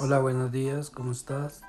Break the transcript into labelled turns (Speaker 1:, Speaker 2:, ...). Speaker 1: Hola, buenos días, ¿cómo estás?